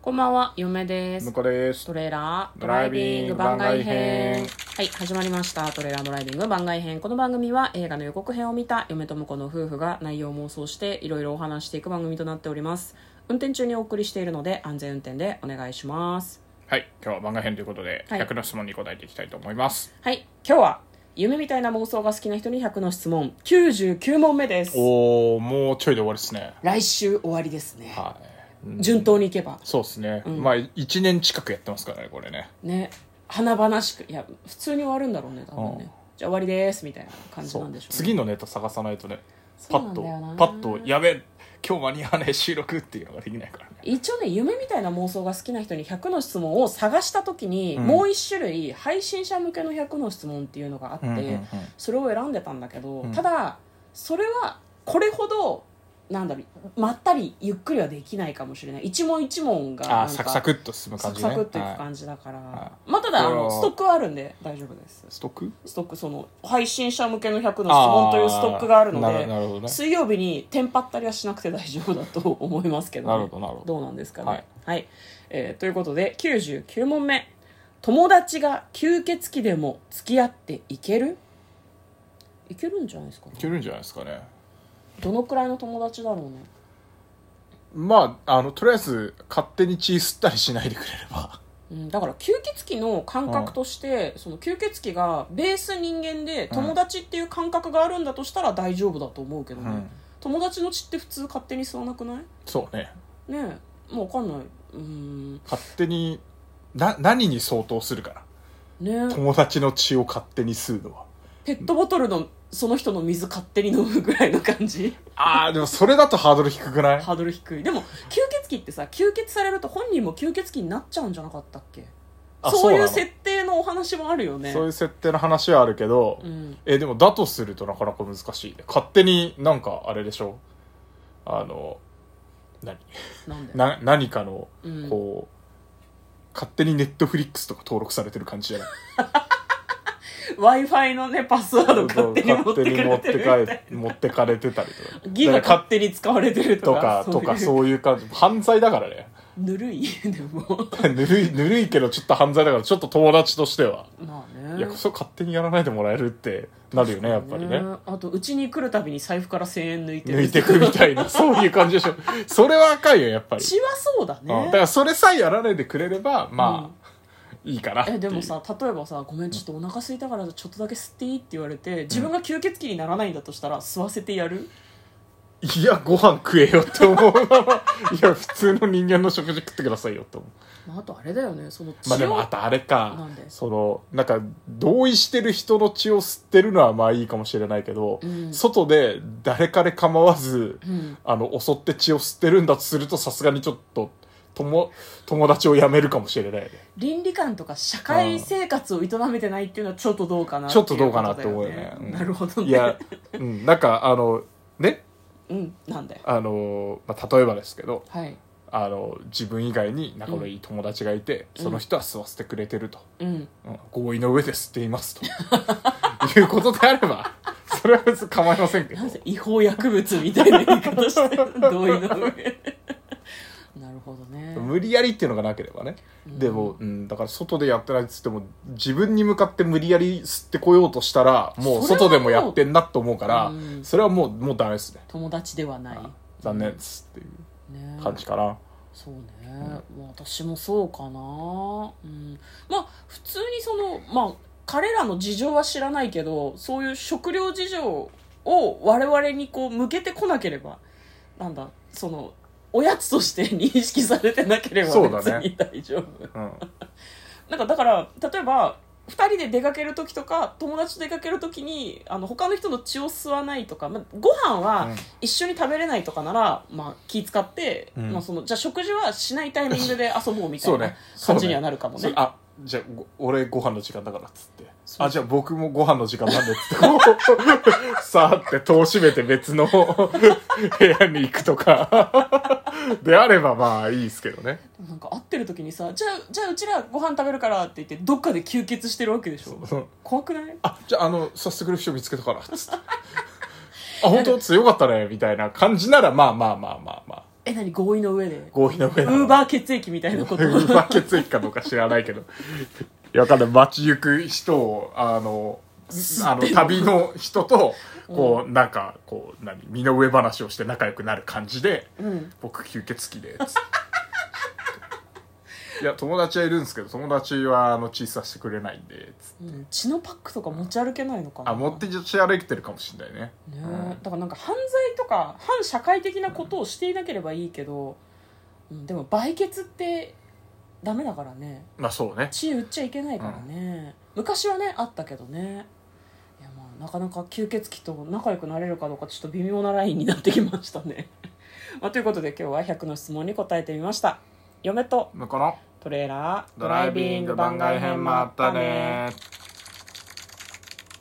こんばんは、嫁です向。こうですト。レーラードドラライイビビンンググ番番外外編編。はい、始まりました。トレーラードライビング番外編。この番組は映画の予告編を見た嫁と婿の夫婦が内容を妄想していろいろお話していく番組となっております。運転中にお送りしているので安全運転でお願いします。はい、今日は番外編ということで、はい100の質問に答えていきたいと思います。はい、今日は夢みたいな妄想が好きな人に100の質問99問目です。おお、もうちょいで終わりですね。来週終わりですね。はい。うん順当にいけば。そうですね。まあ、1年近くやってますからね、これね。ね、華々しく。いや、普通に終わるんだろうね、多分うんね。じゃあ終わりです、みたいな感じそなんうでしょうね。次のネタ探さないとね、そパうなッんとだよな、パッと、やべえ、今日間に合わない収録っていうのができないからね。一応ね夢みたいな妄想が好きな人に100の質問を探した時に、うんもう一種類配信者向けの100の質問っていうのがあって、うんうんうんそれを選んでたんだけど、うんただそれはこれほどなんだろうまったりゆっくりはできないかもしれない一問一問があなんあ、かサクサクっと進むサ感クじね。サクっといくはい感じだから、はまあただあいやのーストックはあるんで大丈夫ですストックストックその配信者向けの100の質質問というストックがあるのでなるほどね。水曜日にテンパったりはしなくて大丈夫だと思いますけど、ね、なるほどなるほどうなんですかねははいい、えーということで99問目友達が吸血鬼でも付き合っていけるいけるんじゃないですかねいけるんじゃないですかね。どのくらいの友達だろうねまあ、あの、とりあえず、勝手に血吸ったりしないでくれれば。うん、だから吸血鬼の感覚として、その吸血鬼がベース人間で友達っていう感覚があるんだとしたら大丈夫だと思うけどね、うん友達の血って普通勝手に吸わなくないそうね。ねえもう分かんないうん勝手にな何に相当するかねな友達の血を勝手に吸うのはペットボトルのその人の水勝手に飲むぐらいの感じああでもそれだとハードル低くないハードル低いでも吸血鬼ってさ吸血されると本人も吸血鬼になっちゃうんじゃなかったっけあそういうなの設定のお話もあるよねそういう設定の話はあるけど、うん、えでもだとするとなかなか難しいね勝手になんかあれでしょあの何なんだよな何かのうんこう、勝手にネットフリックスとか登録されてる感じじ ゃない w i f i のねパスワード勝手に持って勝手にく持れっててるみ帰たい持ってかれてたりとかなギがだから勝手に使われてるととかかとかういうそういう感じ犯罪だからねぬるい でも ぬるい、ぬるいけどちょっと犯罪だから、ちょっと友達としては。まあいねや、そう勝手にやらないでもらえるってなるよね、やっぱりね。あとうちに来るたびに財布から1000円抜いて抜いてくみたい な、そういう感じでしょ。それは赤いよ、やっぱり。血はそうだうん、ねだからそれさえやらないでくれれば、まあ、いいかなっていえうでも、さ例えばさ「ごめんちょっとお腹空いたからちょっとだけ吸っていい?」って言われて自分が吸血鬼にならないんだとしたら吸わせてやる、いや、ご飯食えよって思うまま、いや、普通の人間の食事食ってくださいよって思う。まあ、あとあれだよねその血を、まあでも、あとあれなかんで、その、なんか、同意してる人の血を吸ってるのはまあいいかもしれないけど、うん外で誰彼構わず、うんあの、襲って血を吸ってるんだとすると、さすがにちょっと、友、友達を辞めるかもしれないね。倫理観とか社会生活を営めてないっていうのはちょっとどうかなちょっとどうかなって思うよねって。うんいうことだなるほどねいや、うん、なんか、あの、ね、うんなんだよあの、まあ、例えばですけど、はいあの、自分以外に仲のいい友達がいて、うんその人は吸わせてくれてると。うんうん合意の上で吸っていますと。 いうことであれば、それは別に構いませんけ どな。ぜ違法薬物みたいな言い方してる同意の 上なるほどね無理やりっていうのがなければね、うんでも、うん、だから外でやってないっつっても自分に向かって無理やり吸ってこようとしたらもうそれは外でもやってんなと思うからうんそれはもうもうダメですね、友達ではない残念っすっていうね感じかな、そうね、まあ私もそうかな、うん、まあ普通にそのまあ彼らの事情は知らないけどそういう食料事情を我々にこう向けてこなければなんだそのおやつとして認識されてなければそうだ別ねに大丈夫、うん、なんかだから例えば2人で出かける時とか友達と出かける時にあの他の人の血を吸わないとか、まあ、ご飯はうん一緒に食べれないとかなら、まあ、気使って、うんまあ、そのじゃあ食事はしないタイミン グで遊ぼうみたそいうなね感じにはなるかもそねうあじゃあご俺ご飯の時間だからっつってそうあじゃあ僕もご飯の時間なんでっつってこう さーって戸を閉めて別の 部屋に行くとかであればまあいいですけどねなんか会ってる時にさじゃあじゃあうちらご飯食べるからって言ってどっかで吸血してるわけでしょうん怖くないあ、じゃあ、あの、早速の人見つけた から、つって。あ、本当つよかったね、みたいな感じなら、まあまあまあまあまあ。え何合意の上で合意の上なのウーバー血液みたいなことウーバー血液かどうか知らないけど。いや、わかんない。街行く人を、あの、あの、旅の人と、こう、なんか、こう、何、身の上話をして仲良くなる感じで、うん僕吸血鬼で、つっていや、友達はいるんですけど、友達は、あの、血させてくれないんで、つってうん血のパックとか持ち歩けないのかなあ、持って血歩いてるかもしんないね。ねうんだからなんか犯罪とか反社会的なことをしていなければいいけど、うん、でも売血ってダメだからねまあ、そうね。血売っちゃいけないからね、昔はねあったけどねいやまあなかなか吸血鬼と仲良くなれるかどうかちょっと微妙なラインになってきましたね、 まあ、ということで今日は100の質問に答えてみました嫁と向こうの、トレーラードドライビング番外編もあったね